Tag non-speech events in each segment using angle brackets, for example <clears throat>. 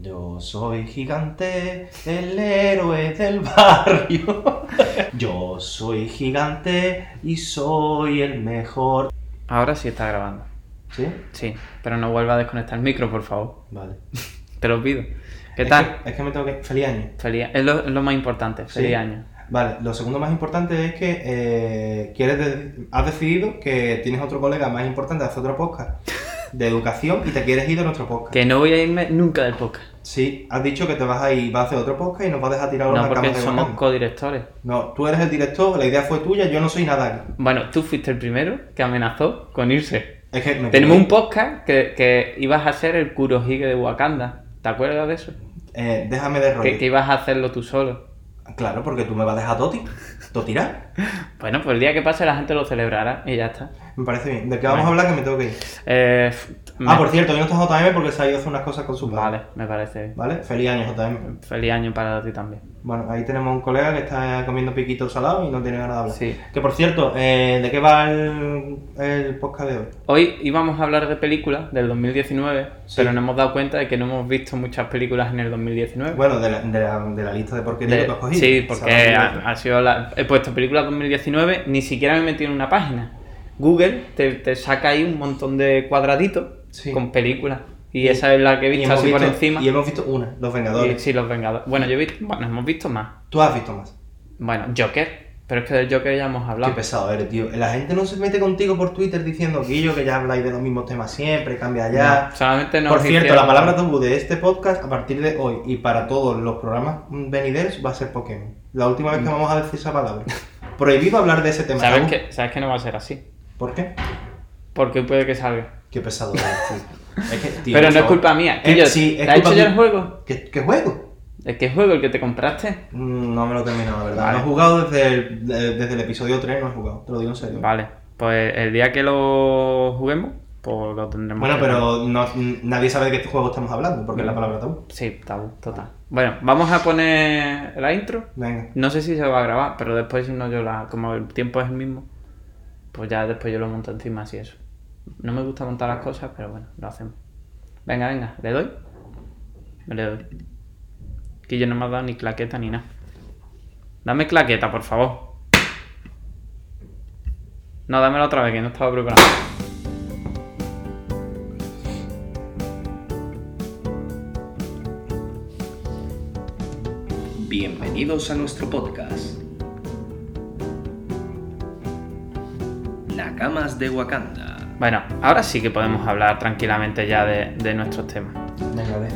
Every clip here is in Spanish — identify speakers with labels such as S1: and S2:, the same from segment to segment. S1: Yo soy gigante, el héroe del barrio. <laughs> Yo soy gigante y soy el mejor.
S2: Ahora sí está grabando.
S1: ¿Sí?
S2: Sí, pero no vuelva a desconectar el micro, por favor.
S1: Vale.
S2: Te lo pido. ¿Qué
S1: Es
S2: tal?
S1: que- es que me tengo que. Feliz año.
S2: Feliz- Es, lo, es lo más importante. Feliz
S1: Sí.
S2: año.
S1: Vale, lo segundo más importante es que eh, quieres de- has decidido que tienes otro colega más importante, hace otro podcast de educación y te quieres ir de nuestro podcast.
S2: Que no voy a irme nunca del podcast.
S1: Sí, has dicho que te vas a ir, vas a hacer otro podcast y nos vas a dejar tirar
S2: No,
S1: una
S2: porque
S1: de
S2: somos
S1: bacán.
S2: codirectores.
S1: No, tú eres el director, la idea fue tuya, yo no soy nada aquí.
S2: Bueno, tú fuiste el primero que amenazó con irse.
S1: Es que me
S2: Tenemos un podcast que, que ibas a ser el Kurohige de Wakanda. ¿Te acuerdas de eso?
S1: Eh, déjame de rollo.
S2: Que, que ibas a hacerlo tú solo.
S1: Claro, porque tú me vas a dejar Toti. Totirá.
S2: Bueno, pues el día que pase la gente lo celebrará y ya está.
S1: Me parece bien. ¿De qué vamos a hablar que me tengo que ir?
S2: Eh, f-
S1: Ah,
S2: me-
S1: por cierto, hoy no está JM porque se ha ido a hacer unas cosas con su padre.
S2: Vale, me parece bien.
S1: Vale. Feliz año, JM.
S2: Feliz año para ti también.
S1: Bueno, ahí tenemos un colega que está comiendo piquito salado y no tiene ganas de hablar.
S2: Sí.
S1: Que por cierto, eh, ¿de qué va el, el podcast de hoy?
S2: Hoy íbamos a hablar de películas del 2019,
S1: Sí.
S2: pero nos hemos dado cuenta de que no hemos visto muchas películas en el 2019.
S1: Bueno, de la, de la, de la lista de porquería
S2: De-
S1: que tú has cogido.
S2: sí, porque
S1: ¿Sabes?
S2: ha, ha sido la- he puesto películas 2019, ni siquiera me he metido en una página. Google te, te saca ahí un montón de cuadraditos
S1: Sí.
S2: con películas. Y, esa es la que he
S1: Y
S2: visto
S1: hemos
S2: así por
S1: visto-
S2: encima.
S1: Y hemos visto una, Los
S2: Y
S1: Vengadores.
S2: sí, los Vengadores. Bueno, yo he visto, bueno, hemos visto más.
S1: Tú has visto más.
S2: Bueno, Joker. Pero es que del Joker ya hemos hablado.
S1: Qué pesado eres, tío. La gente no se mete contigo por Twitter diciendo, Guillo, que ya habláis de los mismos temas siempre, cambia ya.
S2: No, solamente nos
S1: Por cierto,
S2: hicieron-
S1: la palabra tabú de este podcast a partir de hoy y para todos los programas venideros va a ser Pokémon. La última
S2: Mm.
S1: vez que vamos a decir esa palabra. Prohibido hablar de ese tema.
S2: ¿Sabes
S1: tabú.
S2: que, sabes que no va a ser así.
S1: ¿Por qué?
S2: Porque puede que salga.
S1: Qué
S2: <laughs>
S1: pesado eres, tío. Es que, tío,
S2: Pero
S1: por
S2: no es
S1: favor.
S2: culpa mía.
S1: Eh,
S2: Tío,
S1: sí, es
S2: ¿Te has
S1: culpa
S2: hecho ya el
S1: mía.
S2: juego?
S1: ¿Qué, qué juego?
S2: ¿El qué juego? ¿El que te compraste?
S1: Mm, No me lo he terminado, la verdad.
S2: Vale.
S1: No he jugado desde el, de- desde el episodio 3, no he jugado. Te lo digo en serio.
S2: Vale. Pues el día que lo juguemos, pues lo tendremos.
S1: Bueno,
S2: que-
S1: pero no- nadie sabe de qué juego estamos hablando porque es la
S2: Mm.
S1: palabra tabú.
S2: Sí, tabú, total. Bueno, vamos a poner la intro.
S1: Venga.
S2: No sé si se va a grabar, pero después si no yo la... Como el tiempo es el mismo, pues ya después yo lo monto encima así eso. No me gusta montar las cosas, pero bueno, lo hacemos. Venga, venga, ¿le doy? No le doy. Que yo no me ha dado ni claqueta ni nada. Dame claqueta, por favor. No, dámela otra vez, que no estaba preparado.
S3: Bienvenidos a nuestro podcast. Nakamas de Wakanda.
S2: Bueno, ahora sí que podemos hablar tranquilamente ya de- de nuestros temas.
S1: Venga, a ver.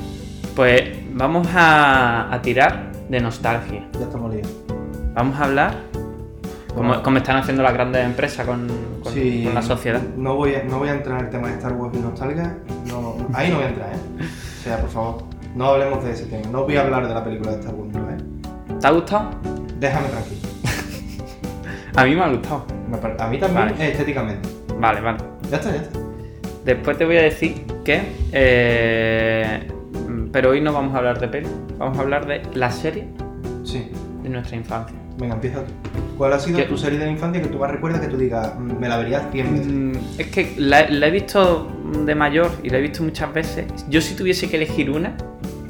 S2: Pues vamos a, a tirar de nostalgia.
S1: Ya estamos líos.
S2: Vamos a hablar como,
S1: Bueno.
S2: como están haciendo las grandes empresas con, con-
S1: Sí,
S2: con la sociedad.
S1: No voy, a, no voy a entrar en el tema de Star Wars y nostalgia. No, ahí no voy a entrar, ¿eh? O sea, por favor, no hablemos de ese tema. No voy a hablar de la película de Star Wars, ¿no, ¿eh?
S2: ¿Te ha gustado?
S1: Déjame tranquilo.
S2: A mí me ha gustado.
S1: Me pare- A mí también,
S2: Vale.
S1: eh, estéticamente.
S2: Vale, vale.
S1: Ya está, ya está.
S2: Después te voy a decir que... eh, pero hoy no vamos a hablar de peli. Vamos a hablar de la serie
S1: Sí.
S2: de nuestra infancia.
S1: Venga, empieza tú. ¿Cuál ha sido
S2: ¿Qué?
S1: tu serie de la infancia que tú más recuerdas que tú digas, "Mm, me la verías 100 veces?
S2: Mm, Es que la, la he visto de mayor y la he visto muchas veces. Yo si tuviese que elegir una,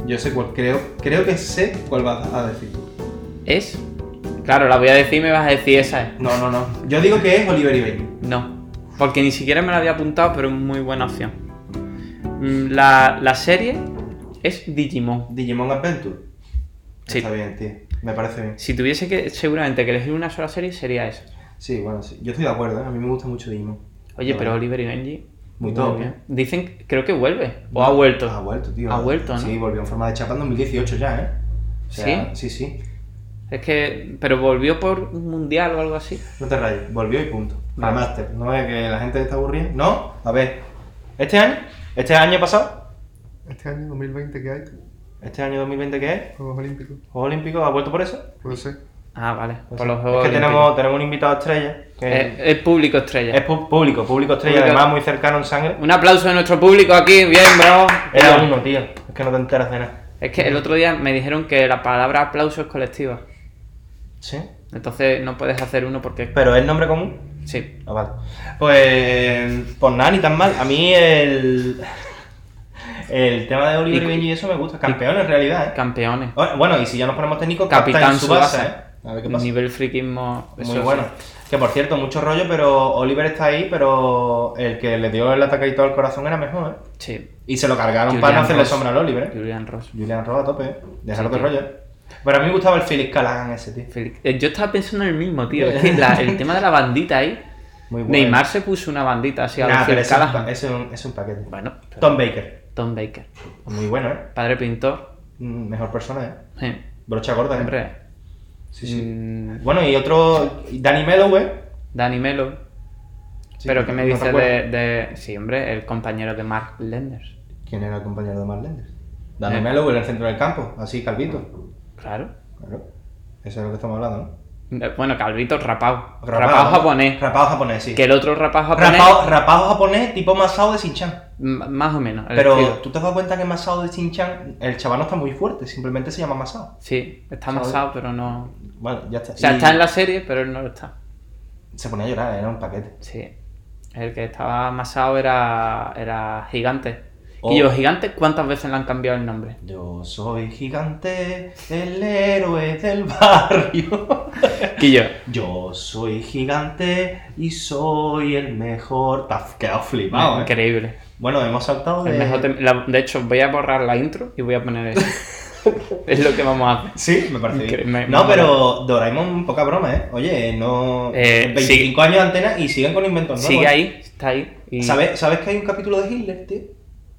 S1: Yo sé cuál, creo, creo que sé cuál vas a decir.
S2: es... Claro, la voy a decir y me vas a decir esa es.
S1: No, no, no. Yo digo que es Oliver y Benny.
S2: No, porque ni siquiera me la había apuntado, pero es muy buena opción. Mm, La, la serie es Digimon.
S1: Digimon Adventure.
S2: Sí.
S1: Está bien, tío. Me parece bien.
S2: Si tuviese que seguramente que elegir una sola serie sería esa.
S1: Sí, bueno, sí. Yo estoy de acuerdo, ¿eh? A mí me gusta mucho Digimon.
S2: Oye,
S1: La
S2: pero
S1: verdad.
S2: Oliver y Benji.
S1: Muy
S2: madre
S1: top,
S2: mía.
S1: ¿eh? Ah,
S2: Dicen, creo que vuelve. O ha vuelto.
S1: Ha vuelto, tío.
S2: Ha vuelto, ¿no?
S1: Sí, volvió en forma de chapa en 2018 ya, ¿eh? O sea, sí, sí.
S2: Es que. Pero volvió por un mundial o algo así.
S1: No te rayes, volvió y punto. Para
S2: Vale.
S1: máster. No es que la gente está aburrida. No, a ver. ¿Este año? ¿Este año pasado?
S4: Este año 2020 que hay,
S1: ¿Este año 2020 qué es?
S4: Juegos Olímpicos,
S1: ¿Juegos Olímpicos? ¿Ha vuelto por eso?
S4: puede ser.
S2: Ah, vale.
S1: Pues
S2: por
S1: sí.
S2: los juegos.
S1: es que
S2: Olímpicos.
S1: tenemos, tenemos un invitado estrella. Que Eh,
S2: Es, es público estrella.
S1: es pu- público, público estrella,
S2: Público.
S1: además muy cercano en sangre.
S2: Un aplauso de nuestro público aquí. Bien, bravo.
S1: Era uno, tío. Es que no te enteras de nada.
S2: Es que el otro día me dijeron que la palabra aplauso es colectiva.
S1: Sí.
S2: Entonces no puedes hacer uno porque.
S1: Pero es nombre común.
S2: Sí.
S1: Ah, vale. Pues, pues nada, ni tan mal. A mí el, El tema de Oliver y Benji y eso me gusta. Campeón en realidad, ¿eh?
S2: Campeones.
S1: Bueno, y si ya nos ponemos técnicos,
S2: Capitán
S1: Tsubasa,
S2: Tsubasa.
S1: ¿eh? A ver qué pasa.
S2: Nivel friquismo.
S1: Muy
S2: eso
S1: bueno.
S2: sí.
S1: Que por cierto, mucho rollo, pero Oliver está ahí, pero el que le dio el atacadito al corazón era mejor, ¿eh?
S2: Sí.
S1: Y se lo cargaron
S2: Julian
S1: para no hacerle
S2: Ross.
S1: sombra al Oliver, ¿eh?
S2: Julian Ross.
S1: Julian Ross a tope, ¿eh? Déjalo
S2: Sí,
S1: que
S2: tío.
S1: rollo. Pero a mí me gustaba el Felix Callahan ese, tío.
S2: Felic- eh, Yo estaba pensando en el
S1: <laughs>
S2: mismo, tío. Es que la- el tema de la bandita ahí.
S1: Muy bueno.
S2: Neymar se puso una bandita así a
S1: Nah, pero
S2: la Phil
S1: ese es un
S2: Callahan.
S1: pa- ese es un, es un paquete.
S2: Bueno, pero-
S1: Tom Baker.
S2: Tom Baker.
S1: Muy bueno, ¿eh?
S2: Padre pintor.
S1: Mm, Mejor persona, ¿eh?
S2: Eh,
S1: Brocha gorda, ¿eh?
S2: Hombre.
S1: Sí, sí.
S2: Mm,
S1: Bueno, y otro, Danny ¿eh? Melloway.
S2: Danny Melo. Pero ¿qué me dices de, de- Sí, hombre, el compañero de Mark Lenders.
S1: ¿Quién era el compañero de Marlender? Danny
S2: Eh.
S1: Melloway en el centro del campo, así calvito.
S2: Claro.
S1: Claro. Eso es lo que estamos hablando, ¿no?
S2: Eh, Bueno, Calvito, rapao. Rapao,
S1: ¿no?
S2: japonés.
S1: Rapado japonés, sí.
S2: Que el otro rapao japonés.
S1: Rapado, rapado japonés tipo Masao de Sinchan.
S2: m- Más o menos. el
S1: Pero
S2: estilo.
S1: tú te has dado cuenta que Masao de Sinchan, el chaval no está muy fuerte, simplemente se llama Masao.
S2: Sí, está
S1: ¿Sabes?
S2: masado, pero no.
S1: Vale, ya está.
S2: O sea,
S1: Y
S2: está en la serie, pero él no lo está.
S1: Se ponía a llorar, era un paquete.
S2: Sí. El que estaba amasado era, era gigante.
S1: Oh.
S2: Y yo, gigante, ¿cuántas veces le han cambiado el
S1: <laughs>
S2: nombre?
S1: Yo soy gigante, el héroe del barrio.
S2: Y yo,
S1: Yo soy gigante y soy el mejor. Te has quedado flipado, ¿eh?
S2: increíble.
S1: Bueno, hemos saltado de...
S2: El mejor tem- la- de hecho, voy a borrar la intro y voy a poner eso.
S1: <laughs>
S2: es lo que vamos a hacer.
S1: Sí, me parece
S2: Incre-
S1: bien.
S2: me-
S1: no,
S2: me-
S1: pero Doraemon, poca broma, ¿eh? Oye, no...
S2: Eh,
S1: 25 años de antena y siguen con inventos nuevos.
S2: Sigue
S1: ¿eh?
S2: ahí, está ahí. y-
S1: ¿Sabes, ¿Sabes que hay un capítulo de Hitler, tío?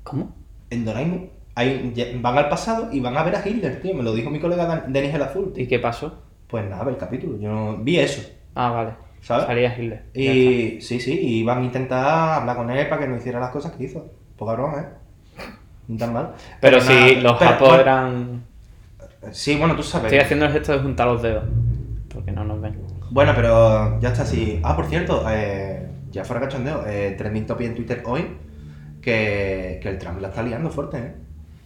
S2: ¿Cómo?
S1: En Doraemon. Hay, un- ya- van al pasado y van a ver a Hitler, tío. Me lo dijo mi colega Dan- Denis el Azul, tío.
S2: ¿Y qué pasó?
S1: Pues nada, ve el capítulo. Yo no- vi eso,
S2: Ah, vale.
S1: ¿sabes?
S2: Salía Hitler. Ya está.
S1: Y sí, sí, y van a intentar hablar con él para que no hiciera las cosas que hizo. Poca broma, ¿eh? No tan mal.
S2: Pero,
S1: nada,
S2: si los
S1: pero-
S2: japos
S1: pero-
S2: eran...
S1: Sí, bueno, tú sabes.
S2: Estoy haciendo el gesto de juntar los dedos. Porque no nos ven.
S1: Bueno, pero ya está así. Ah, por cierto, eh, ya fuera cachondeo, eh, trending topic en Twitter hoy que, que el Trump la está liando fuerte, ¿eh?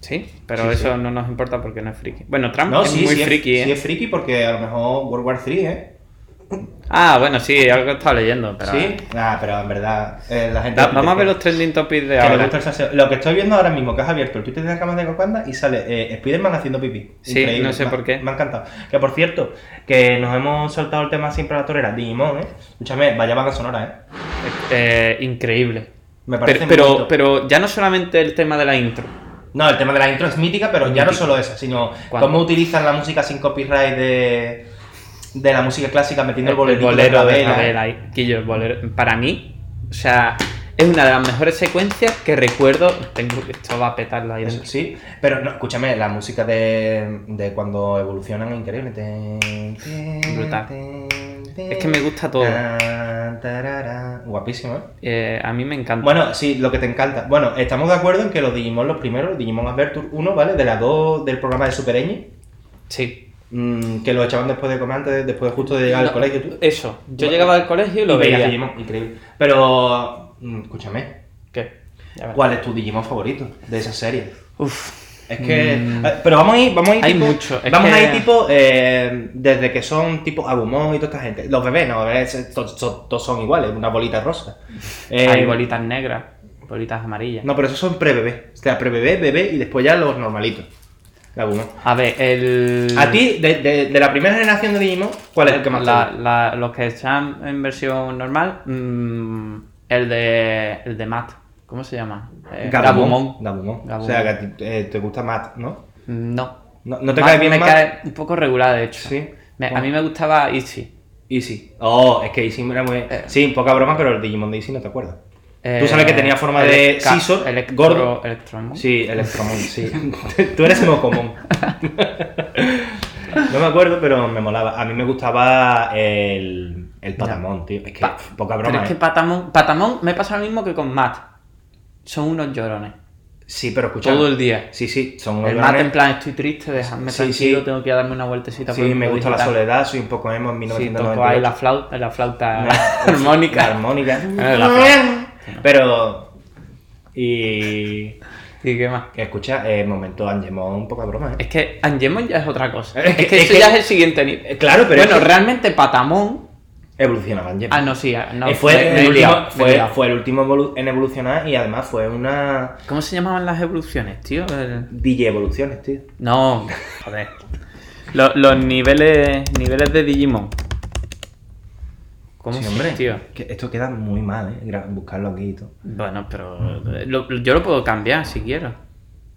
S2: Sí, pero
S1: Sí,
S2: eso
S1: sí.
S2: no nos importa porque no es friki. Bueno, Trump
S1: No,
S2: es
S1: sí,
S2: muy
S1: sí,
S2: friki,
S1: es,
S2: ¿eh?
S1: sí es friki porque a lo mejor World War 3, ¿eh?
S2: Ah, bueno, sí, algo estaba leyendo, pero...
S1: Sí. Ah, pero en verdad, eh, la gente...
S2: Da- vamos a ver los trending topics de
S1: Que lo, que
S2: ahora.
S1: estoy haciendo- lo que estoy viendo ahora mismo, que has abierto el Twitter de la cámara de Wakanda y sale eh, Spider-Man haciendo pipí.
S2: Sí, no sé
S1: me-
S2: por qué.
S1: Me ha encantado. Que por cierto, que nos hemos soltado el tema siempre a la torera. Digimon, ¿eh? Escúchame, vaya banda sonora, ¿eh?
S2: Eh, increíble.
S1: Me parece
S2: Pero,
S1: muy
S2: pero,
S1: bonito.
S2: pero ya no solamente el tema de la intro.
S1: No, el tema de la intro es mítica, pero ya no
S2: Mítica.
S1: solo esa, sino
S2: ¿Cuándo?
S1: cómo utilizan la música sin copyright de, de la música clásica metiendo el, bolerito de
S2: bolero de
S1: Ravel, ¿eh?
S2: Ravel ahí. Quillo, el bolero. Para mí, o sea, es una de las mejores secuencias que recuerdo. Tengo, esto va a petarlo ahí
S1: Eso
S2: dentro.
S1: sí, pero no, escúchame, la música de, de cuando evolucionan es increíble. Ten, ten,
S2: Brutal.
S1: ten, ten.
S2: Es que me gusta todo.
S1: Tan, tarara. Guapísimo, ¿eh?
S2: Eh, a mí me encanta.
S1: Bueno, sí, lo que te encanta. Bueno, estamos de acuerdo en que los Digimon, los primeros, Digimon Adventure 1, ¿vale? De las dos del programa de Super Ñ,
S2: sí.
S1: mm, que los echaban después de comer, antes, después justo de llegar al
S2: No,
S1: colegio. tú.
S2: Eso. Yo
S1: Bueno,
S2: llegaba al colegio y lo
S1: Y veías
S2: veía.
S1: Digimon, increíble. Pero, mm, escúchame,
S2: ¿Qué? Ya verás.
S1: ¿cuál es tu Digimon favorito de esa serie?
S2: Uf.
S1: Es que.
S2: Mm.
S1: eh, Pero vamos a ir. Vamos a ir
S2: Hay
S1: tipo,
S2: mucho, es
S1: vamos a ir
S2: que-
S1: tipo. eh, desde que son tipo Agumon y toda esta gente. Los bebés, no, bebés, todos son iguales, una bolita rosa. Eh,
S2: Hay bolitas negras, bolitas amarillas.
S1: No, pero esos son pre-bebé. O sea, pre-bebé, bebé y después ya los normalitos. De Agumon.
S2: A ver, el.
S1: A ti, de, de- de la primera generación de Digimon, ¿cuál es el que más
S2: La-
S1: te
S2: la- los que están en versión normal, mm, el de el de Matt, ¿cómo se llama? Eh,
S1: gusta?
S2: Gabumon.
S1: Gabumon.
S2: Gabumon.
S1: O sea, que a ti eh, te gusta Matt, ¿no?
S2: No.
S1: No, no te
S2: Matt
S1: cae bien
S2: me
S1: Matt.
S2: cae un poco regular, de hecho.
S1: Sí.
S2: Me- a
S1: Bueno.
S2: mí me gustaba Ichi.
S1: Easy. Oh, es que Easy era muy.
S2: Eh.
S1: Sí, poca broma, pero el Digimon de Easy no te acuerdas.
S2: Eh,
S1: sabes que tenía forma de
S2: Electra-
S1: scissor,
S2: Electro-
S1: gordo.
S2: Electromon.
S1: Sí, Electromon, sí. Tú eres un común. No me acuerdo, pero me molaba. A mí me gustaba el, el Patamón, tío. Es que,
S2: Pa-
S1: pf, poca
S2: Pero
S1: broma.
S2: es que
S1: ¿eh?
S2: Patamon, Patamon me pasa lo mismo que con Matt. Son unos llorones.
S1: Sí, pero escucha.
S2: Todo el día.
S1: Sí, sí, son
S2: El Matt,
S1: órganos.
S2: en plan, estoy triste, dejadme
S1: Sí,
S2: tranquilo,
S1: sí.
S2: tengo que ir a darme una vueltecita.
S1: Sí,
S2: por el
S1: me
S2: mundo
S1: gusta la
S2: digital.
S1: soledad, soy un poco emo en
S2: Sí, tocó ahí la
S1: 1998.
S2: flauta, la <laughs>
S1: <laughs>
S2: flauta
S1: La-
S2: armónica.
S1: La
S2: <laughs>
S1: armónica.
S2: Eh, la flauta.
S1: Pero. Y.
S2: ¿Y qué más?
S1: que Escucha, eh, momento Angemon, poca broma, ¿eh?
S2: Es que Angemon ya es otra cosa.
S1: Es
S2: Es
S1: que-
S2: que,
S1: es
S2: eso
S1: que-
S2: ya es el siguiente nivel.
S1: Claro, pero.
S2: bueno,
S1: es que-
S2: realmente Patamon
S1: evolucionaban. ya.
S2: Ah, no, sí. ah, no,
S1: Eh, fue,
S2: me- me
S1: el
S2: he
S1: último,
S2: liado, me he
S1: fue,
S2: liado.
S1: fue el último evolu- en evolucionar y además fue una
S2: ¿Cómo se llamaban las evoluciones, tío? El-
S1: DJ evoluciones, tío.
S2: No, joder. Lo- Los, niveles niveles de Digimon. ¿Cómo
S1: Sí,
S2: se-
S1: hombre.
S2: tío?
S1: Que esto queda muy mal, ¿eh? Gra- Buscarlo aquí y todo.
S2: Bueno, pero eh, lo- yo lo puedo cambiar si quiero.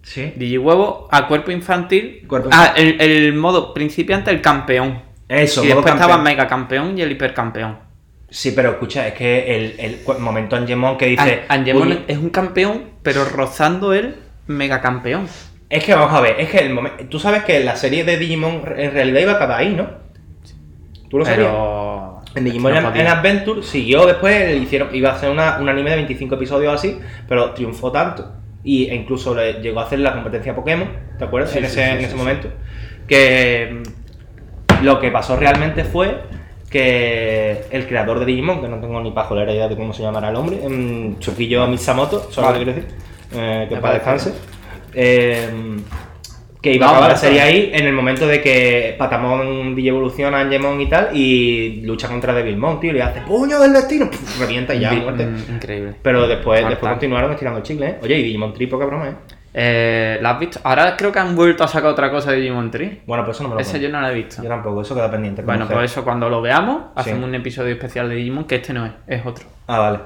S1: Sí.
S2: Digihuevo a cuerpo infantil.
S1: Cuerpo
S2: ah, el, el modo principiante, el campeón.
S1: Eso,
S2: y
S1: modo
S2: después estaba
S1: campeón.
S2: mega campeón y el hipercampeón.
S1: Sí, pero escucha, es que el, el cu- momento Angemon que dice.
S2: An- Angemon
S1: "Uy,
S2: es un campeón, pero rozando el mega campeón.
S1: Es que vamos a ver, es que el momento. Tú sabes que la serie de Digimon re- en realidad iba a acabar ahí, ¿no? Tú lo sabías.
S2: Pero.
S1: En Digimon
S2: No
S1: en-
S2: podía.
S1: en Adventure siguió después, le hicieron, iba a hacer una, un anime de 25 episodios así, pero triunfó tanto. Y, e incluso le llegó a hacer la competencia a Pokémon, ¿te acuerdas? en ese, en ese momento. Que mm, lo que pasó realmente fue que el creador de Digimon, que no tengo ni pajolera idea de cómo se llamará el hombre, mm, Tsukiyo Misamoto, ¿sabes
S2: Vale.
S1: lo que quiero decir? Eh, que
S2: Me
S1: para
S2: parece
S1: descanse. Eh, que iba
S2: No,
S1: a acabar la
S2: vale,
S1: serie
S2: vale.
S1: ahí en el momento de que Patamon digievoluciona a Angemon y tal y lucha contra Devilmon, tío, y le hace puño del destino, puf, revienta y ya,
S2: Di-
S1: muerte.
S2: mm, Increíble.
S1: Pero después, después
S2: Mortal.
S1: continuaron estirando el chicle, ¿eh? Oye, y Digimon Tree, poca broma, ¿eh?
S2: Eh, ¿La has visto? Ahora creo que han vuelto a sacar otra cosa de Digimon Tree.
S1: Bueno, pues eso no me lo
S2: Esa
S1: cuento.
S2: yo no la he visto.
S1: Yo tampoco, eso queda pendiente.
S2: Bueno,
S1: conocer.
S2: pues eso cuando lo veamos,
S1: Sí.
S2: hacemos un episodio especial de Digimon, que este no es, es otro.
S1: Ah, vale.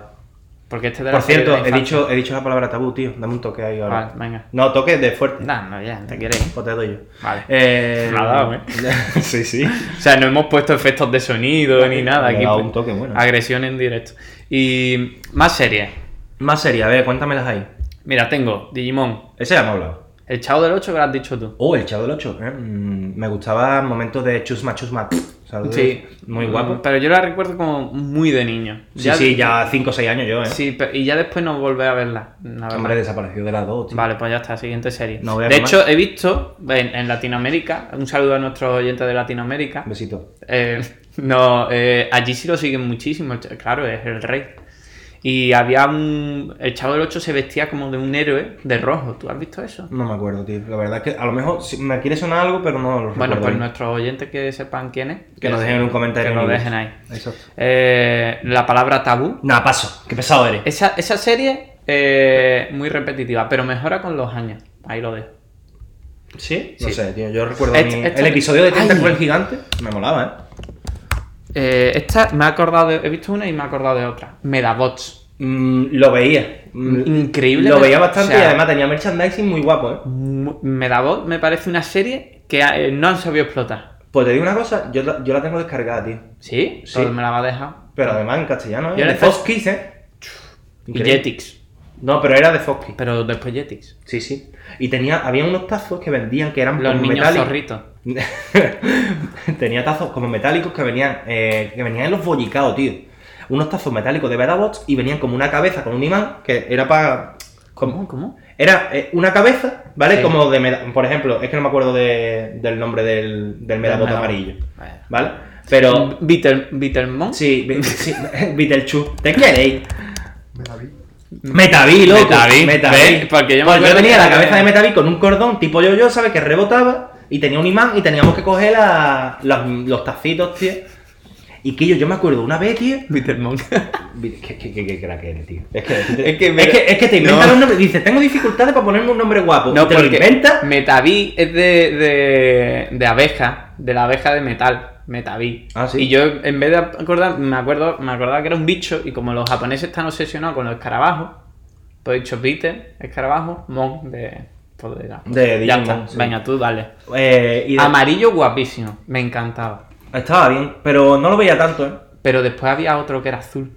S2: Porque este es de la
S1: Por
S2: serie de
S1: cierto,
S2: la
S1: he
S2: infancia.
S1: dicho, he dicho la palabra tabú, tío. Dame un toque ahí ahora.
S2: Vale, venga.
S1: No, toque de fuerte.
S2: Nah, no, ya, te quieres.
S1: Pues te doy yo.
S2: Vale.
S1: Eh...
S2: Me la ha dado, ¿eh?
S1: <laughs> sí, sí.
S2: O sea, no hemos puesto efectos de sonido ni nada.
S1: Le he
S2: Aquí,
S1: dado
S2: pues,
S1: un toque bueno.
S2: Agresión en directo. Y más series.
S1: Más serie, a ver, cuéntamelas ahí.
S2: Mira, tengo Digimon,
S1: Ese ya hemos hablado.
S2: El Chavo del 8 que lo has dicho tú.
S1: Oh, el Chavo del 8. eh, mm, Me gustaba momentos de chusma, chusma. ¿sabes? Muy guapo.
S2: Mm, Pero yo la recuerdo como muy de niño.
S1: Sí, sí, ya 5 o 6 años yo, ¿eh?
S2: Sí, pero- y ya después no volví a verla. la verdad.
S1: Hombre, desapareció de las dos, tío.
S2: Vale, pues ya está, siguiente serie.
S1: No voy a
S2: de
S1: ver
S2: hecho, he visto en, en Latinoamérica, un saludo a nuestros oyentes de Latinoamérica.
S1: Un Besito.
S2: Eh, no, eh, allí sí lo siguen muchísimo, el ch- claro, es el rey. Y había un. El Chavo del 8 se vestía como de un héroe de rojo. ¿Tú has visto eso?
S1: No me acuerdo, tío. La verdad es que a lo mejor sí- me quiere sonar algo, pero no lo recuerdo
S2: Bueno, pues
S1: bien.
S2: nuestros oyentes que sepan quién es.
S1: Que nos dejen un comentario.
S2: Que nos
S1: en el
S2: dejen ahí.
S1: vídeo. Exacto.
S2: Eh, la palabra tabú.
S1: Nada, paso. Qué pesado eres.
S2: Esa, esa serie eh, muy repetitiva, pero mejora con los años. Ahí lo dejo.
S1: ¿Sí? No
S2: Sí.
S1: sé, tío. Yo recuerdo
S2: Este-
S1: mi-
S2: este-
S1: el episodio de
S2: Ay.
S1: Tentacle el Gigante. Me molaba, ¿eh?
S2: Eh, esta me he acordado de. He visto una y me he acordado de otra. Medabots.
S1: Mm, lo veía. Mm,
S2: Increíble.
S1: Lo
S2: me-
S1: veía bastante
S2: o sea,
S1: y además tenía merchandising muy guapo, ¿eh?
S2: mu- Medabots me parece una serie que eh, no han sabido explotar.
S1: Pues te digo una cosa, yo la, yo la tengo descargada, tío.
S2: ¿Sí?
S1: Sí.
S2: Todo me la va a dejar.
S1: Pero además en castellano, ¿eh?
S2: Yo
S1: de
S2: le fas-
S1: Fox Kids, ¿eh?
S2: Y
S1: Increíble.
S2: Jetix.
S1: No, pero era de Fox Kids.
S2: Pero después Jetix.
S1: Sí, sí. Y tenía, había unos tazos que vendían que eran
S2: Los
S1: Ah, como
S2: niños
S1: metálicos.
S2: zorritos.
S1: <laughs> tenía tazos como metálicos que venían, eh, que venían en los bollicaos, tío. Unos tazos metálicos de Betabots y venían como una cabeza con un imán que era para.
S2: ¿Cómo? ¿Cómo?
S1: Era eh, una cabeza, ¿vale?
S2: Sí.
S1: Como de. meda- Por ejemplo, es que no me acuerdo de- del nombre del, del Medabot
S2: Medabot.
S1: amarillo.
S2: Bueno.
S1: ¿Vale? Pero. <laughs>
S2: Beatle- Beatlemon.
S1: Sí, vi- sí <laughs> Beetlejuice, te queréis.
S4: Me la vi.
S1: Metaví, loco.
S2: Metaví, ¿ves? Porque yo me
S1: Pues
S2: acuerdo
S1: tenía
S2: que
S1: la
S2: era-
S1: cabeza de Metaví con un cordón tipo yo-yo, ¿sabes? Que rebotaba y tenía un imán y teníamos que coger la- las- los tacitos, tío. Y que yo, yo me acuerdo una vez, tío.
S2: Beatlemon. <laughs>
S1: Mira, Qué, qué, qué, qué crack eres, tío. Es que,
S2: Es que-
S1: es que, es que te
S2: no.
S1: inventan un nombre. Dices, tengo dificultades para ponerme un nombre guapo.
S2: No,
S1: No, te
S2: porque
S1: lo inventas.
S2: Metaví es de, de, de abeja, de la abeja de metal. Metaví.
S1: Ah, sí.
S2: Y yo, en vez de acordar, me acuerdo, me acordaba que era un bicho, y como los japoneses están obsesionados con los escarabajos, pues he dicho Peter, escarabajo, Mon, de. pues de la-
S1: De
S2: ya
S1: Digimon,
S2: está.
S1: sí.
S2: Venga, tú dale.
S1: Eh, y de-
S2: Amarillo guapísimo, me encantaba.
S1: Estaba bien, pero no lo veía tanto, ¿eh?
S2: Pero después había otro que era azul.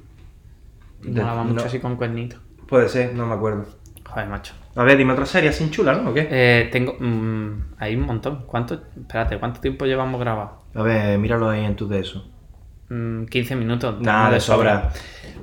S2: Y
S1: De-
S2: Molaba mucho
S1: no.
S2: así con cuernito.
S1: Puede ser, no me acuerdo.
S2: Joder, macho.
S1: A ver, dime otra serie sin chula, ¿no? ¿O qué?
S2: Eh, tengo. mm, hay un montón. ¿Cuánto? Espérate, ¿cuánto tiempo llevamos grabado?
S1: A ver, míralo ahí en tu de eso.
S2: Mm, 15 minutos.
S1: Nada,
S2: tenemos
S1: de sobra.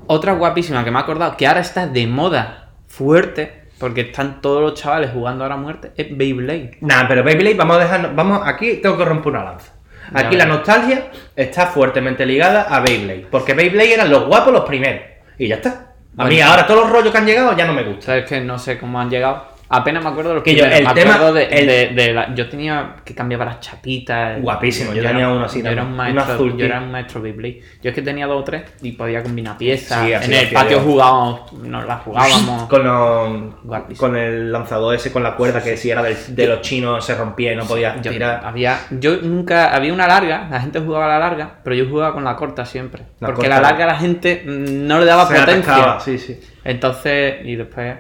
S2: Otra guapísima que me ha acordado, que ahora está de moda fuerte, porque están todos los chavales jugando ahora a muerte, es Beyblade.
S1: Nah, pero Beyblade, vamos a dejarnos. Vamos, aquí tengo que romper una lanza. Aquí
S2: Ya.
S1: la nostalgia está fuertemente ligada a Beyblade. Porque Beyblade eran los guapos los primeros. Y ya está. A mí
S2: Bueno.
S1: ahora todos los rollos que han llegado ya no me gustan.
S2: Sabes que no sé cómo han llegado, Apenas me acuerdo de los
S1: Que yo,
S2: primeros,
S1: el
S2: me
S1: tema-
S2: acuerdo de,
S1: el-
S2: de- de la- yo tenía que cambiaba las chapitas.
S1: Guapísimo, yo tenía uno así
S2: Yo era un
S1: también, un azul,
S2: maestro, yo
S1: tío.
S2: era un maestro Beyblade. Yo es que tenía dos o tres y podía combinar piezas.
S1: Sí, así
S2: en
S1: lo
S2: el
S1: hacía
S2: patio
S1: yo.
S2: jugábamos, nos las
S1: <laughs>
S2: jugábamos.
S1: Con, lo-
S2: Guapísimo.
S1: con el lanzador ese, con la cuerda que si era del- de los chinos se rompía y no podía
S2: Yo,
S1: tirar.
S2: había, yo nunca, había una larga, la gente jugaba la larga, pero yo jugaba con la corta siempre.
S1: La
S2: porque
S1: corta.
S2: la larga la gente mm, no le daba
S1: Se
S2: potencia.
S1: atascaba, sí, sí.
S2: Entonces, y después.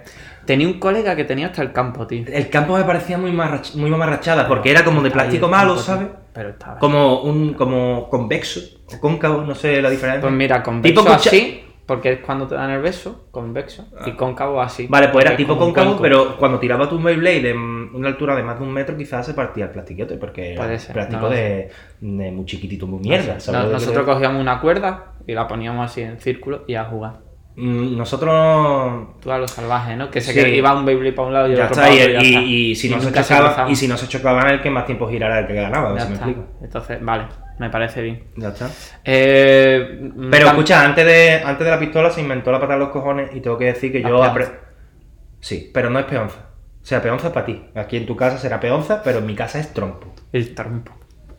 S2: Tenía un colega que tenía hasta el campo, tío.
S1: El campo me parecía muy, marrach- muy mamarrachada porque era como de plástico
S2: Ahí,
S1: malo,
S2: un poco,
S1: ¿sabes?
S2: Pero estaba.
S1: Como un como convexo o cóncavo, no sé la diferencia.
S2: Pues mira, convexo
S1: Tipo cucha- Ah.
S2: así, porque es cuando te dan el beso, convexo, y cóncavo así.
S1: Vale, pues era
S2: porque es
S1: tipo
S2: como un
S1: cóncavo,
S2: cuenco.
S1: pero cuando tiraba tu Beyblade en una altura de más de un metro, quizás se partía el plastiquete, porque
S2: Puede
S1: era
S2: ser,
S1: plástico
S2: no lo
S1: de, de muy chiquitito, muy mierda. ¿sabes
S2: No-
S1: lo que
S2: nosotros
S1: quiero
S2: cogíamos una cuerda y la poníamos así en círculo y a jugar.
S1: decir? Mm, nosotros
S2: Tú a los salvajes, ¿no? Que se
S1: Sí.
S2: que iba un Beyblade para un lado y el
S1: ya
S2: otro
S1: está,
S2: para
S1: y,
S2: otro.
S1: y-
S2: ya está.
S1: y si no se
S2: nunca
S1: chocaban,
S2: cruzaban.
S1: y si no se chocaban, el que más tiempo girara era el que ganaba, a ver
S2: Ya
S1: si me
S2: está.
S1: explico.
S2: Entonces, vale, me parece bien.
S1: Ya está.
S2: Mm, Eh,
S1: Pero
S2: tam-
S1: escucha, antes de, antes de la pistola se inventó la pata de los cojones y tengo que decir que
S2: La
S1: yo...
S2: peonza.
S1: apre- Sí, pero no es peonza. O sea, peonza es para ti. Aquí en tu casa será peonza, pero en mi casa es trompo.
S2: El trompo.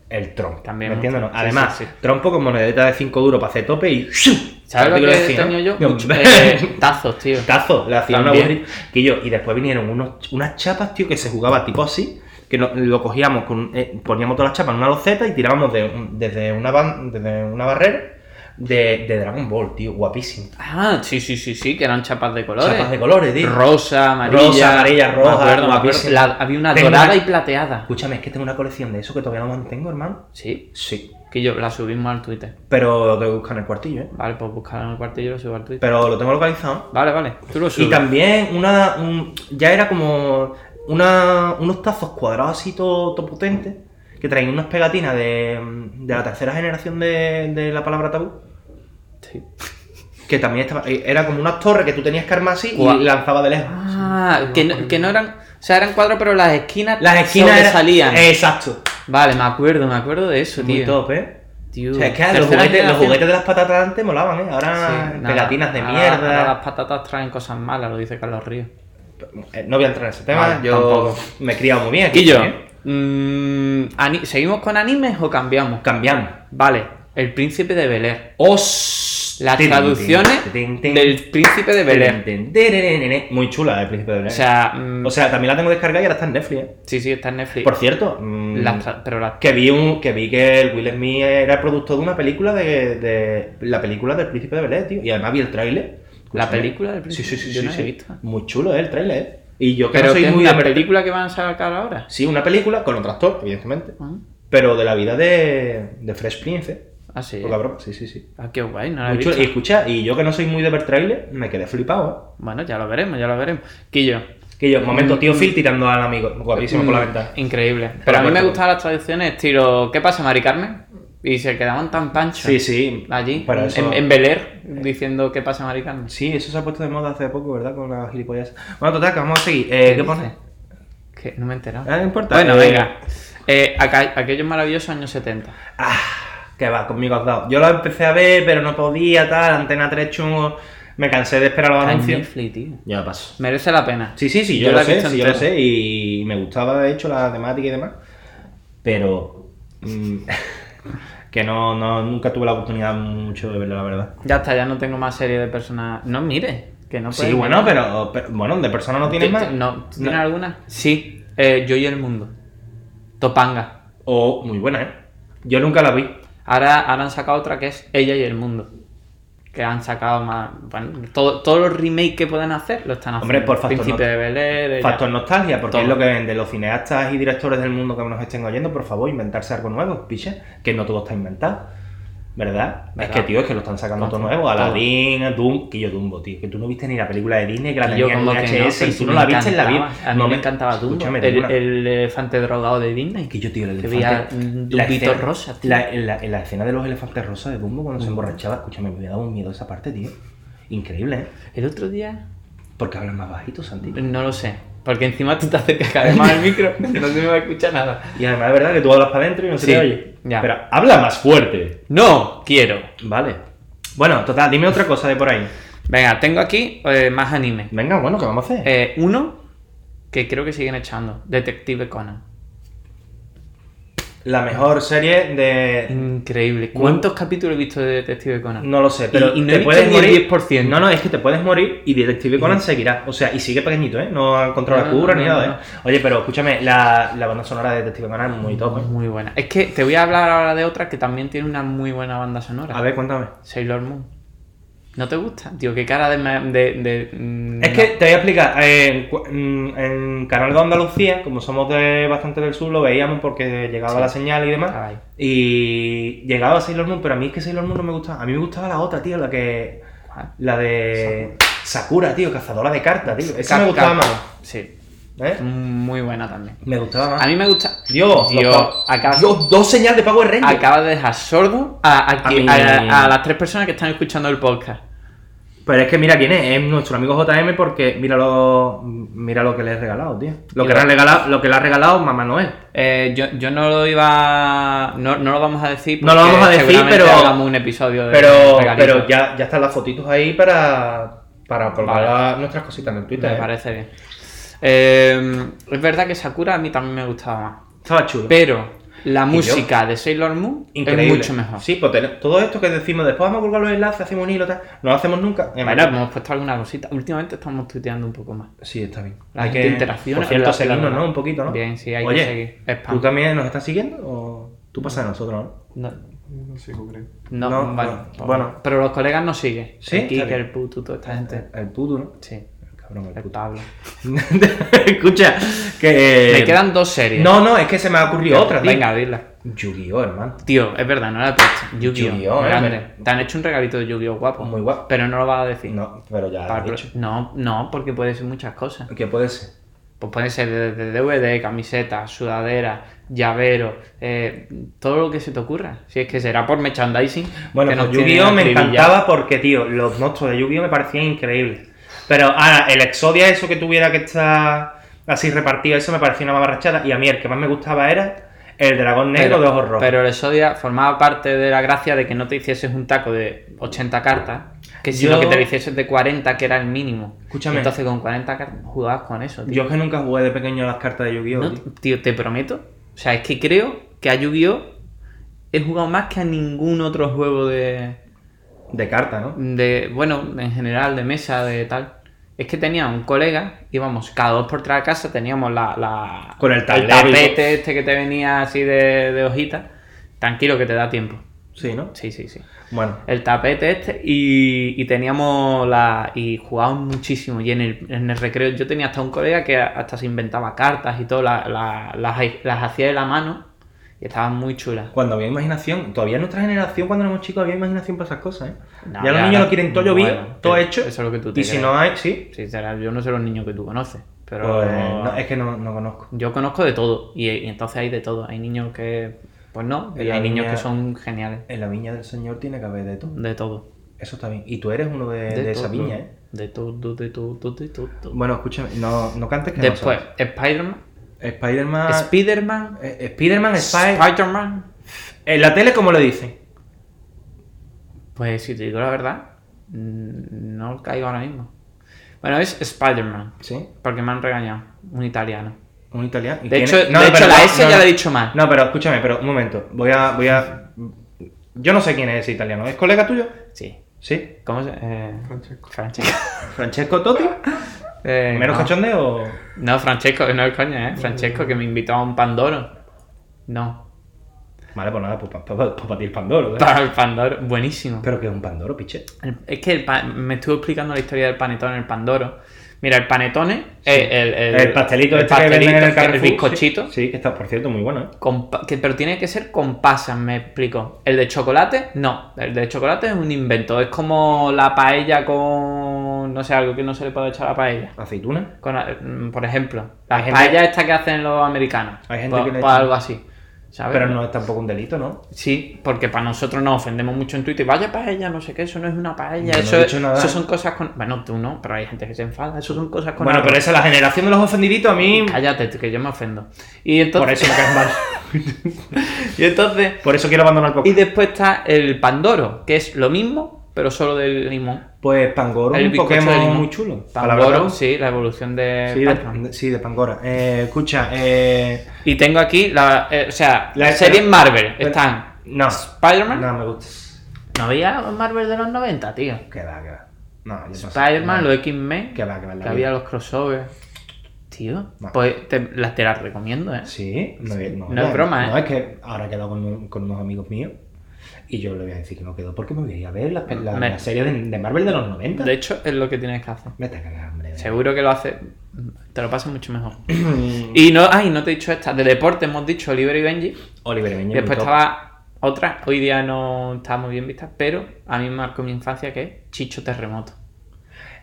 S1: El trompo.
S2: También
S1: También. ¿Me entiendes? o no?
S2: mucho. Sí,
S1: Además,
S2: sí, sí.
S1: trompo con monedita de 5 duros para hacer tope y...
S2: ¿Sabes lo
S1: Artículo de
S2: que he
S1: cien, ¿no?
S2: tenido
S1: <laughs>
S2: yo?
S1: Dios,
S2: Eh, tazos, tío.
S1: Tazo, le hacían una
S2: También.
S1: agujerito. Que yo, y después vinieron unos, unas chapas, tío, que se jugaba tipo así, que no- lo cogíamos, con, eh, poníamos todas las chapas en una loseta y tirábamos de un- desde, una ban- desde una barrera de, de Dragon Ball, tío, guapísimo.
S2: Ah, sí, sí, sí, sí, que eran chapas de colores.
S1: Chapas de colores, tío.
S2: Rosa, amarilla.
S1: Rosa, amarilla,
S2: me
S1: roja,
S2: acuerdo, me
S1: guapísima.
S2: acuerdo. La- había una
S1: Tengo
S2: dorada
S1: una-
S2: y plateada.
S1: Escúchame, es que tengo una colección de eso que todavía no mantengo, hermano.
S2: Sí,
S1: Sí.
S2: que yo la subimos al Twitter.
S1: Pero tengo que buscar en el cuartillo, ¿eh?
S2: Vale, pues buscar en el cuarto y yo lo subo al Twitter.
S1: Pero lo tengo localizado.
S2: Vale, vale, tú lo subes.
S1: Y también una. un- ya era como. Una, unos tazos cuadrados así todo, todo potente. Que traían unas pegatinas de, de la tercera generación de, de la palabra tabú.
S2: Sí.
S1: Que también estaba. eh, Era como unas torres que tú tenías que armar así
S2: Cua-
S1: y lanzaba de lejos.
S2: Ah, que no, que no eran... O sea, eran cuadros, pero las esquinas
S1: Las esquinas eran-
S2: salían.
S1: Exacto.
S2: Vale, me acuerdo, me acuerdo de eso,
S1: Muy
S2: tío.
S1: top, ¿eh?
S2: Tío,
S1: O sea, es que los
S2: tercera
S1: juguetes, los
S2: generación.
S1: juguetes de las patatas antes molaban, ¿eh? Ahora
S2: Sí, nada,
S1: pegatinas de
S2: ahora-
S1: mierda.
S2: ahora las patatas traen cosas malas, lo dice Carlos Ríos.
S1: Eh, No voy a entrar en ese tema,
S2: Vale,
S1: yo
S2: tampoco.
S1: me he criado muy bien. aquí,
S2: Quillo,
S1: ¿eh?
S2: mm, ani- ¿seguimos con animes o cambiamos?
S1: Cambiamos.
S2: Vale, El Príncipe de Bel Air.
S1: Os...
S2: Las
S1: Tin,
S2: traducciones
S1: tin, tin,
S2: del Príncipe de Bel Air.
S1: tin, tin, tin, Muy chula, el príncipe de Belén.
S2: O sea, mm,
S1: O sea, también la tengo descargada y ahora está en Netflix. ¿eh?
S2: sí, sí, está en Netflix.
S1: Por cierto, mm,
S2: Las tra- pero las
S1: que, vi un, que vi que el Will Smith era producto de una película de, de- la película del príncipe de Belén, tío. Y además vi el tráiler.
S2: La
S1: Escúchame.
S2: película del
S1: Sí,
S2: Príncipe.
S1: sí, sí,
S2: yo
S1: sí,
S2: no la
S1: sí.
S2: he visto.
S1: Muy chulo, ¿eh? El tráiler. ¿eh? Y yo que
S2: Pero
S1: no soy
S2: que es
S1: muy
S2: una
S1: de-
S2: película que van a sacar ahora.
S1: Sí, una película con otro actor, evidentemente.
S2: Ah,
S1: Pero de la vida de, de Fresh Prince. ¿eh?
S2: Ah, sí.
S1: Poca broma, sí, sí, sí.
S2: Ah, qué guay, no la he
S1: Muy chulo.
S2: visto.
S1: Y escucha, y yo que no soy muy de ver trailer, me quedé flipado,
S2: Bueno, ya lo veremos, ya lo veremos. Quillo.
S1: ¿eh? Que yo, momento,
S2: Mm.
S1: tío Phil tirando al amigo. Guapísimo por la
S2: Mm,
S1: ventana.
S2: Increíble. Pero a mí me
S1: puerta.
S2: gustaban las traducciones estilo ¿Qué pasa, Mari Carmen? Y se quedaban tan panchos.
S1: Sí, sí.
S2: Allí,
S1: Pero
S2: en-
S1: eso-
S2: en, en Bel Air, diciendo ¿Qué pasa, Mari Carmen?
S1: Sí, eso se ha puesto de moda hace poco, ¿verdad? Con las gilipollas. Bueno, total, que vamos a seguir. Eh, ¿Qué, pone?
S2: dice? Que no me he enterado.
S1: Ah, no importa.
S2: Bueno,
S1: Eh,
S2: venga. Eh, acá- aquellos maravillosos años 70.
S1: Ah, que va, conmigo has dado. Yo lo empecé a ver, pero no podía, tal, antena 3 chungo. Me cansé de esperar los anuncios.
S2: Netflix, tío.
S1: Ya paso.
S2: Merece la pena.
S1: Ah, Sí, sí, sí, yo,
S2: Yo
S1: lo
S2: la he
S1: sé,
S2: visto
S1: sí, yo lo
S2: entera.
S1: sé, y me gustaba de hecho la temática y demás, pero mm, <laughs> que no, no, nunca tuve la oportunidad mucho de verla, la verdad.
S2: Ya está, ya no tengo más serie de personas. No mire, que no
S1: Sí,
S2: puedes
S1: bueno,
S2: mirar.
S1: pero, pero- bueno, de persona no tienes
S2: ¿Tú-
S1: Pues, más.
S2: tú- No, ¿tú ¿Tienes alguna? Sí, eh, Yo y el Mundo. Topanga.
S1: O muy buena, ¿eh? Yo nunca la vi.
S2: Ahora, ahora han sacado otra que es Ella y el Mundo. Que han sacado más. Bueno, todo- todos los remakes que pueden hacer lo están haciendo.
S1: Hombre, por factor
S2: Príncipe
S1: no-
S2: de Bel Air, ella-
S1: Factor nostalgia, porque
S2: Todo.
S1: es lo que venden los cineastas y directores del mundo que nos estén oyendo, por favor, inventarse algo nuevo, piche, que no todo está inventado. ¿Verdad? Es
S2: ¿Verdad?
S1: que, tío, es que lo están sacando todo nuevo.
S2: Todo.
S1: Aladdin, Doom, que yo Dumbo, tío. Que tú no viste ni la película de Disney, que la
S2: Y Yo
S1: tenías en
S2: como que no,
S1: VHS
S2: pero
S1: y
S2: sí
S1: tú no
S2: me
S1: la viste en la vida.
S2: encantaba. A mí
S1: No
S2: me encantaba Dumbo.
S1: Escúchame,
S2: el,
S1: Duna.
S2: el elefante drogado de Disney.
S1: Que yo, tío, el
S2: Que veía
S1: elefante-
S2: un
S1: la
S2: Dumbito
S1: escena-
S2: rosa, tío.
S1: La, en la- en la escena de los elefantes rosas de Dumbo cuando se emborrachaba, escúchame, me había dado un miedo esa parte, tío. Increíble, ¿eh?
S2: El otro día
S1: Porque hablan más bajito, Santi.
S2: No lo sé. Porque encima tú te acercas cada vez más al micro. No se me va a escuchar nada.
S1: Y además es verdad que tú hablas para adentro y no se
S2: Sí,
S1: te oye.
S2: ya.
S1: Pero habla más fuerte.
S2: No quiero.
S1: Vale. Bueno, total, dime otra cosa de por ahí.
S2: Venga, tengo aquí eh, más anime.
S1: Venga, bueno, ¿qué vamos a hacer?
S2: Eh, uno que creo que siguen echando. Detective Conan.
S1: La mejor serie de.
S2: Increíble. ¿Cuántos capítulos he visto de Detective Conan?
S1: No lo sé, pero
S2: Y- y no he
S1: te
S2: visto
S1: puedes
S2: ni el
S1: morir.
S2: 10%.
S1: No, no, es que te puedes morir y Detective Conan seguirá. O sea, y sigue pequeñito, ¿eh? No ha encontrado
S2: No,
S1: la cura
S2: no,
S1: ni
S2: no,
S1: nada,
S2: no.
S1: ¿eh? Oye, pero escúchame, la, la banda sonora de Detective Conan es muy top, ¿eh?
S2: Muy buena. Es que te voy a hablar ahora de otra que también tiene una muy buena banda sonora.
S1: A ver, cuéntame.
S2: Sailor Moon. ¿No te gusta? Tío, qué cara de... ma- de, de- mm,
S1: Es que te voy a explicar, en, cu- en- en Canal de Andalucía, como somos de bastante del sur, lo veíamos porque llegaba
S2: Sí.
S1: la señal y demás.
S2: Estaba ahí.
S1: Y llegaba Sailor Moon, pero a mí es que Sailor Moon no me gustaba. A mí me gustaba la otra, tío, la que.
S2: ¿Cuál?
S1: La de. Sakura, tío, cazadora de cartas, tío. Esa
S2: Cap-
S1: me gustaba
S2: Cap-
S1: más.
S2: Sí.
S1: ¿Eh?
S2: Muy buena también.
S1: Me gustaba más.
S2: A mí me gusta...
S1: Dios,
S2: Dios,
S1: los pa-
S2: acabas-
S1: Dios, dos señales de Power Rangers.
S2: Acabas de dejar sordo a, a que-
S1: mí.
S2: a- a las tres personas que están escuchando el podcast.
S1: Pero es que mira quién es, es nuestro amigo JM porque mira lo, mira lo que le he regalado, tío. Lo que, le ha regalado, lo que le ha regalado Mamá Noel.
S2: Eh, yo, yo no lo iba. No, no lo vamos a decir.
S1: No lo
S2: porque
S1: vamos a decir,
S2: seguramente
S1: pero-
S2: hagamos un episodio de.
S1: Pero,
S2: regalitos.
S1: pero ya, ya están las fotitos ahí para, para colgar
S2: Vale.
S1: nuestras cositas en el Twitter.
S2: Me
S1: eh.
S2: parece bien. Eh, es verdad que Sakura a mí también me gustaba más.
S1: Estaba chulo.
S2: Pero la
S1: yo-
S2: música de Sailor Moon
S1: Increíble.
S2: es mucho mejor.
S1: Sí, pues ten- todo esto que decimos después vamos a colgar los enlaces, hacemos un hilo, tal. No lo hacemos nunca. Eh,
S2: Bueno, hemos puesto alguna cosita. Últimamente estamos tuiteando un poco más.
S1: Sí, está bien.
S2: La gente interacciona.
S1: Por cierto,
S2: La-
S1: seguirnos,
S2: la-
S1: ¿no? Un poquito, ¿no?
S2: Bien, sí, hay que
S1: Oye,
S2: seguir. Spam.
S1: ¿Tú también nos estás siguiendo o tú pasas de nosotros, no?
S2: No,
S4: No sigo, creo.
S2: no,
S1: No,
S2: vale,
S1: no,
S2: pues-
S1: bueno.
S2: Pero los colegas no siguen.
S1: Sí,
S2: El Kike,
S1: está bien.
S2: el puto, toda esta gente.
S1: El puto, ¿no?
S2: Sí.
S1: Cabrón, el
S2: El
S1: puto.
S2: Pablo.
S1: <laughs> Escucha, que.
S2: Me quedan dos series.
S1: Eh, No, no, es que se me ha ocurrido otra, tío.
S2: Venga, dila.
S1: Yu-Gi-Oh, hermano.
S2: Tío, es verdad, no la he puesto. Yu-Gi-Oh!
S1: Yu-Gi-Oh, eh,
S2: grande.
S1: pero-
S2: Te han hecho un regalito de Yu-Gi-Oh! guapo.
S1: Muy guapo.
S2: Pero no lo vas a decir.
S1: No, pero ya. lo
S2: Pablo-
S1: he dicho.
S2: no, no, porque puede ser muchas cosas.
S1: ¿Qué puede ser?
S2: Pues pueden ser desde DVD, camiseta, sudadera, llavero, eh, todo lo que se te ocurra. Si es que será por merchandising.
S1: Bueno,
S2: que
S1: pues
S2: nos tienen
S1: Yu-Gi-Oh me
S2: acribillado.
S1: encantaba porque, tío, los monstruos de Yu-Gi-Oh me parecían increíbles. Pero ahora, el Exodia, eso que tuviera que estar así repartido, eso me parecía una mamarrachada. Y a mí el que más me gustaba era el dragón negro
S2: Pero-
S1: de ojos rojos.
S2: Pero el Exodia formaba parte de la gracia de que no te hicieses un taco de 80 cartas, que sino
S1: Yo-
S2: que te lo hicieses de 40, que era el mínimo.
S1: Escúchame.
S2: Entonces con 40 cartas jugabas con eso, tío.
S1: Yo es que nunca jugué de pequeño a las cartas de Yu-Gi-Oh.
S2: No,
S1: tío.
S2: tío, te prometo. O sea, es que creo que a Yu-Gi-Oh! he jugado más que a ningún otro juego de,
S1: De carta, ¿no?
S2: de. Bueno, en general, de mesa, de tal. Es que tenía un colega, íbamos cada dos por tres a casa, teníamos la. la-
S1: Con el tablero.
S2: tapete este que te venía así de, de hojita. Tranquilo que te da tiempo.
S1: Sí, ¿no?
S2: Sí, sí, sí.
S1: Bueno.
S2: El tapete este y, y teníamos la... y jugábamos muchísimo y en el, en el recreo yo tenía hasta un colega que hasta se inventaba cartas y todo, la- la- las, las hacía de la mano y estaban muy chulas.
S1: Cuando había imaginación, todavía en nuestra generación, cuando éramos chicos, había imaginación para esas cosas, ¿eh?
S2: No,
S1: ya los
S2: ya
S1: niños
S2: no.
S1: lo quieren todo llovido,
S2: Bueno,
S1: todo
S2: eso-
S1: hecho.
S2: eso es lo que tú te
S1: Y si
S2: crees.
S1: no hay, sí.
S2: Sinceramente, yo no sé los niños que tú conoces, pero
S1: Pues, no, es que no, no conozco.
S2: yo conozco de todo y, y entonces hay de todo. Hay niños que, pues no, y
S1: En la
S2: hay niños
S1: viña-
S2: que son geniales,
S1: En la viña del Señor tiene que haber de todo.
S2: de todo.
S1: Eso está bien. Y tú eres uno de, de esa
S2: todo,
S1: viña, ¿eh?
S2: De todo, de todo, de todo.
S1: Bueno, escúchame, no, no cantes que no
S2: Después,
S1: sabes.
S2: Spider-Man,
S1: Spider-Man.
S2: Spider-Man,
S1: eh, Ah, Spider-Man, Spider.
S2: Spider-Man.
S1: en la tele, ¿cómo lo dicen?
S2: Pues si te digo la verdad, mm, no caigo ahora mismo. Bueno, es Spider-Man,
S1: Sí.
S2: porque me han regañado, un italiano.
S1: Un italiano. ¿Y
S2: De
S1: quién
S2: hecho,
S1: es? No,
S2: de
S1: pero
S2: hecho
S1: no,
S2: la S
S1: no,
S2: ya
S1: no.
S2: la he dicho mal.
S1: No, pero escúchame, pero un momento. Voy a. Voy a... Yo no sé quién es ese italiano. ¿Es colega tuyo?
S2: Sí.
S1: Sí.
S2: ¿Cómo se...? Eh,
S4: Francesco.
S2: Francesco. <laughs>
S1: ¿Francesco Totti?
S2: Eh,
S1: ¿Menos
S2: no.
S1: cachondeo o.?
S2: No, Francesco, no es coña, ¿eh? Francesco, que me invitó a un Pandoro. No,
S1: Vale, pues nada, pues para ti el Pandoro. ¿eh?
S2: para <laughs> el Pandoro, buenísimo.
S1: Pero que es un Pandoro, piche.
S2: El- Es que el pa- me estuvo explicando la historia del panetone, el pandoro. Mira, el panetone es el,
S1: El pastelito
S2: el
S1: este que venden en
S2: pastelito,
S1: el Carrefour.
S2: bizcochito,
S1: Sí, sí, que está, por cierto, muy bueno, ¿eh?
S2: con pa- que, pero tiene que ser con pasas, me explico. El de chocolate, no. El de chocolate es un invento. Es como la paella con, no sé, algo que no se le puede echar a la paella.
S1: Aceituna.
S2: Con, eh, mm, por ejemplo, la
S1: Hay gente-
S2: paella esta que hacen los americanos.
S1: Hay gente
S2: Pues-
S1: que le
S2: pues
S1: echa-
S2: algo así. ¿sabes?
S1: Pero no es tampoco un delito, ¿no?
S2: Sí, porque para nosotros nos ofendemos mucho en Twitter. Vaya paella, no sé qué, eso no es una paella.
S1: Yo no he
S2: eso, es-
S1: dicho nada.
S2: eso son cosas con. Bueno, tú no, pero hay gente que se enfada. Eso son cosas con.
S1: Bueno,
S2: arroz.
S1: pero esa, la generación de los ofendiditos, a mí.
S2: Cállate, que yo me ofendo. Y
S1: Por
S2: entonces.
S1: eso me caes mal.
S2: y entonces.
S1: Por eso quiero abandonar el
S2: Y
S1: podcast.
S2: después está el Pandoro, que es lo mismo, pero solo del limón.
S1: Pues Pangoro es
S2: El
S1: un
S2: bizcocho de
S1: Pokémon
S2: limón.
S1: muy chulo. Palabra
S2: Pangoro,
S1: brava.
S2: sí, la evolución de
S1: Sí,
S2: Palpam.
S1: de, sí, de Pangora. Eh, escucha, eh,
S2: Y tengo aquí, la, eh, o sea,
S1: La-
S2: las series Marvel.
S1: pero-
S2: Están
S1: no,
S2: Spider-Man.
S1: no me gusta.
S2: No había Marvel de los 90, tío.
S1: Que va, que va. No, yo paso.
S2: Spider-Man,
S1: No.
S2: los X-Men,
S1: Que
S2: que,
S1: va, que va. la
S2: había
S1: vida.
S2: los crossovers. Tío,
S1: No.
S2: pues te, las te las recomiendo, ¿eh?
S1: Sí, no, no,
S2: No es broma,
S1: No,
S2: ¿eh?
S1: es que ahora he quedado con, un- con unos amigos míos y yo le voy a decir que no quedo porque me voy a ir a ver la, la,
S2: Me-
S1: la serie de, de Marvel de los 90.
S2: De hecho, es lo que tienes que hacer.
S1: Vete a cagar, hombre.
S2: Seguro que lo haces, te lo pasas mucho
S1: <clears throat>
S2: mejor. y no, ay, no te he dicho esta. De deporte hemos dicho Oliver y Benji.
S1: Oliver Benji.
S2: Después
S1: muy top.
S2: estaba otra, hoy día no está muy bien vista, pero a mí me marcó mi infancia que es Chicho Terremoto.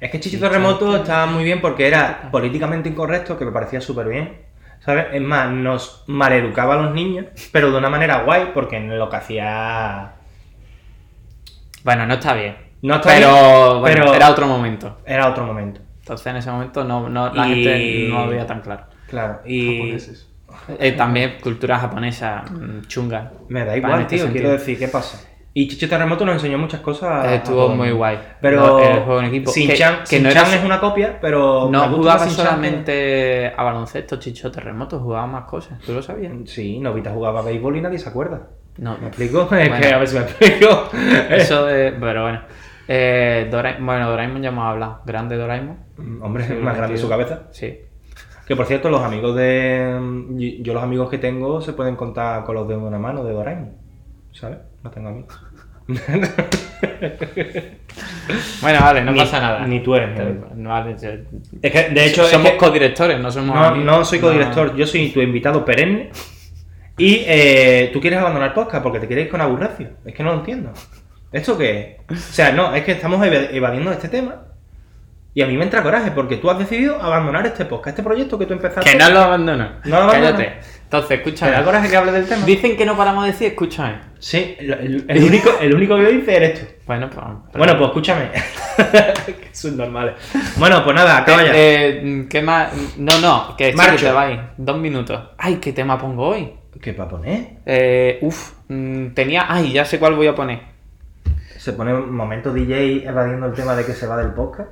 S1: Es que Chichito Remoto estaba muy bien porque era políticamente incorrecto, que me parecía súper bien. ¿Sabes? Es más, nos maleducaba a los niños, pero de una manera guay, porque lo que hacía.
S2: Bueno, no está bien.
S1: No está
S2: pero,
S1: bien,
S2: bueno,
S1: pero-
S2: era otro momento.
S1: Era otro momento.
S2: Entonces en ese momento no, no- la
S1: Y-
S2: gente no lo veía tan claro.
S1: Claro. Y.
S4: Japoneses.
S2: Eh, también cultura japonesa mm, chunga.
S1: Me da
S2: Para
S1: igual,
S2: en este
S1: tío,
S2: sentido.
S1: quiero decir, ¿qué pasa? Y Chicho Terremoto nos enseñó muchas cosas.
S2: Eh, estuvo
S1: a todos.
S2: muy guay.
S1: Pero.
S2: No, el juego en equipo.
S1: Sin
S2: Que-
S1: Chan,
S2: que no era-
S1: es una copia, pero. me
S2: No
S1: gusta
S2: jugaba
S1: más Shin-chan
S2: solamente a baloncesto, chicho terremoto, jugaba más cosas. ¿Tú lo sabías?
S1: que- Sí, Novita jugaba a béisbol y nadie se acuerda.
S2: No.
S1: ¿Me explico? <laughs> Es
S2: Bueno.
S1: que a ver si me explico.
S2: <laughs> Eso de. Pero bueno. Eh, Dora- bueno, Doraemon ya hemos hablado. Grande Doraemon.
S1: Hombre, es más grande
S2: Mm, tío.
S1: su cabeza.
S2: Sí.
S1: Que por cierto, los amigos de. Yo, yo los amigos que tengo se pueden contar con los dedos de una mano de Doraemon. ¿Sabes? No tengo amigos.
S2: Bueno, vale, no
S1: Ni-
S2: pasa nada.
S1: ni tú eres mi
S2: Te-
S1: amigo.
S2: Vale, yo-
S1: Es que, de hecho, es
S2: somos
S1: que-
S2: codirectores, no somos.
S1: no,
S2: amigos.
S1: no soy codirector, yo soy tu invitado perenne. Y eh, tú quieres abandonar el podcast porque te quieres ir con aburrecio. Es que no lo entiendo. ¿Esto qué es? O sea, no, es que estamos eva- evadiendo este tema. Y a mí me entra coraje porque tú has decidido abandonar este podcast, este proyecto que tú empezaste.
S2: Que no lo abandono.
S1: No lo abandono.
S2: Cállate. Entonces,
S1: ¿Te da
S2: escúchame.
S1: coraje que hable del tema?
S2: Dicen que no paramos de decir, escúchame.
S1: Sí, el, el- el único, el único que lo dice eres tú.
S2: Bueno, pues. vamos.
S1: Bueno, pues escúchame. <laughs> que son normales. Bueno, pues nada, acaba ya.
S2: Eh, eh, ¿Qué más? No, no, que sí, que
S1: Marcho.
S2: te vais. Dos minutos. Ay, ¿qué tema pongo hoy?
S1: ¿Qué va a poner?
S2: Eh, uf, mm, tenía. Ay, ya sé cuál voy a poner.
S1: Se pone un momento DJ evadiendo el tema de que se va del podcast.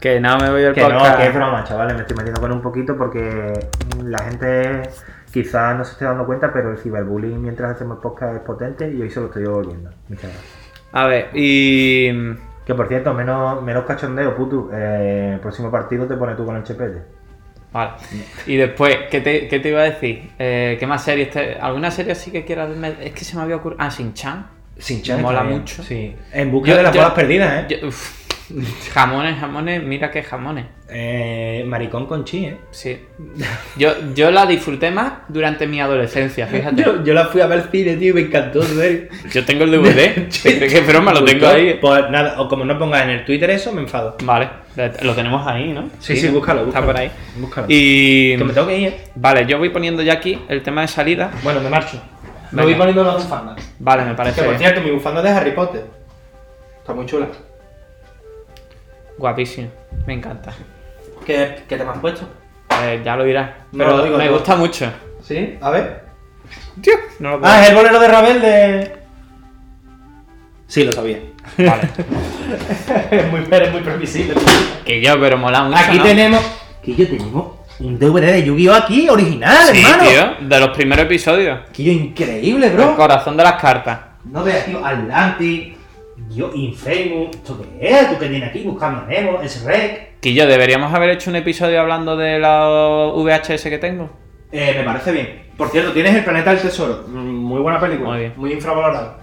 S2: Que no me voy al
S1: Que no,
S2: podcast.
S1: que es broma, chavales. Me estoy metiendo con un poquito porque la gente quizás no se esté dando cuenta, pero el ciberbullying mientras hacemos podcast es potente y hoy se lo estoy devolviendo. Muchas gracias.
S2: A ver, y. mm,
S1: Que por cierto, menos, menos cachondeo, putu. Eh, el próximo partido te pones tú con el chepete.
S2: Vale. Y después, ¿qué te, qué te iba a decir? Eh, ¿Qué más series? te- ¿Alguna serie así que quieras me- Es que se me había ocurrido. Ah, Sin Chan.
S1: Sin eh.
S2: Me mola mucho.
S1: Sí. En busca de las bolas perdidas, ¿eh?
S2: jamones, jamones, mira qué jamones.
S1: Eh, maricón con chi, ¿eh?
S2: Sí. Yo, yo la disfruté más durante mi adolescencia, fíjate.
S1: Yo, yo la fui a ver al cine, tío, y me encantó, en serio.
S2: Yo tengo
S1: <laughs>
S2: el DVD. ¿Te crees que es broma? Lo tengo ahí.
S1: Pues nada, o como no pongas en el Twitter eso, me enfado.
S2: Vale, lo tenemos ahí, ¿no?
S1: Sí, sí, búscalo,
S2: Está
S1: búscalo.
S2: por ahí.
S1: Búscalo.
S2: Y.
S1: Que me tengo que ir, ¿eh?
S2: Vale, yo voy poniendo ya aquí el tema de salida.
S1: Bueno, me marcho. Me
S2: Venga.
S1: voy poniendo las bufandas.
S2: Vale, me
S1: Que
S2: parece
S1: por
S2: bien.
S1: cierto, mi bufanda es de Harry Potter. Está muy chula.
S2: guapísimo. Me encanta.
S1: ¿Qué, qué te me has puesto?
S2: Eh, ya lo dirás.
S1: No,
S2: Pero
S1: lo digo
S2: me
S1: yo.
S2: gusta mucho.
S1: ¿Sí? A ver.
S2: No lo puedo.
S1: Ah, es el bolero de Ravel de. Sí, lo sabía.
S2: Vale.
S1: <laughs> es muy, es muy previsible.
S2: que yo, pero mola mucho.
S1: Aquí
S2: ¿no?
S1: tenemos. Que yo tengo un DVD de Yu-Gi-Oh! aquí, original,
S2: Sí,
S1: hermano.
S2: tío. De los primeros episodios.
S1: Quillo increíble,
S2: El corazón de las cartas.
S1: No veas, tío, Atlantic, yo, Infamous, ¿esto qué es? ¿Tú qué tienes aquí buscando a Nemo? Es Rec.
S2: Quillo, deberíamos haber hecho un episodio hablando de los VHS que tengo.
S1: Eh, me parece bien. Por cierto, tienes El Planeta del Tesoro. Mm, Muy buena película.
S2: Muy bien.
S1: infravalorada.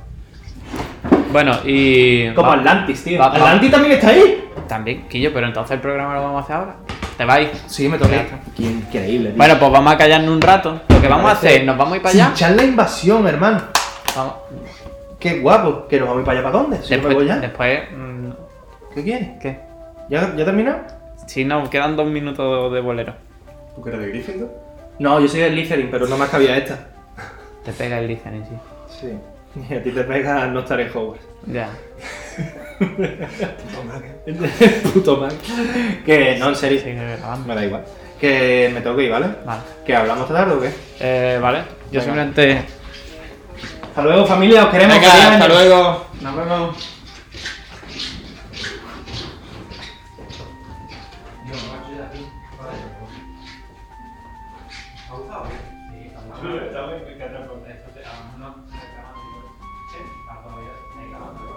S2: Bueno, y.
S1: Como
S2: va-
S1: Atlantis, tío.
S2: va- va-
S1: ¿Atlantis también está ahí?
S2: También, Quillo, pero entonces el programa lo vamos a hacer ahora. ¿Te vais?
S1: Sí, me toca. Increíble, tío.
S2: Bueno, pues vamos a callarnos un rato. Lo que vamos a
S1: parece-
S2: hacer, nos vamos a ir para allá.
S1: Echar la invasión, hermano.
S2: Vamos.
S1: Qué guapo. Que nos vamos a ir para allá para dónde. Si yo me voy
S2: Después,
S1: ya.
S2: después mm,
S1: ¿Qué quieres?
S2: ¿qué?
S1: ¿Ya, ya terminó?
S2: Si no, quedan dos minutos de bolero.
S1: ¿Tú que eres de Gryffindor? No, yo soy de Slytherin, pero no más cabía esta.
S2: Te pega el listening, sí.
S1: Sí. Y <laughs> a ti te pega no estar en Hogwarts. <laughs>
S2: Ya.
S1: Puto mal. Que no, en serio.
S2: Sigue grabando.
S1: Me da igual. Que me tengo que ir, ¿vale?
S2: Vale.
S1: Que hablamos tarde o qué.
S2: Eh, vale. Yo
S1: Venga.
S2: simplemente.
S1: Hasta luego, familia. Os queremos.
S2: Venga,
S1: Feliz año.
S2: luego.
S1: Nos vemos.
S5: pero por esto te- a lo mejor no- ¿Sí? Ah, todavía. Venga, va, pero-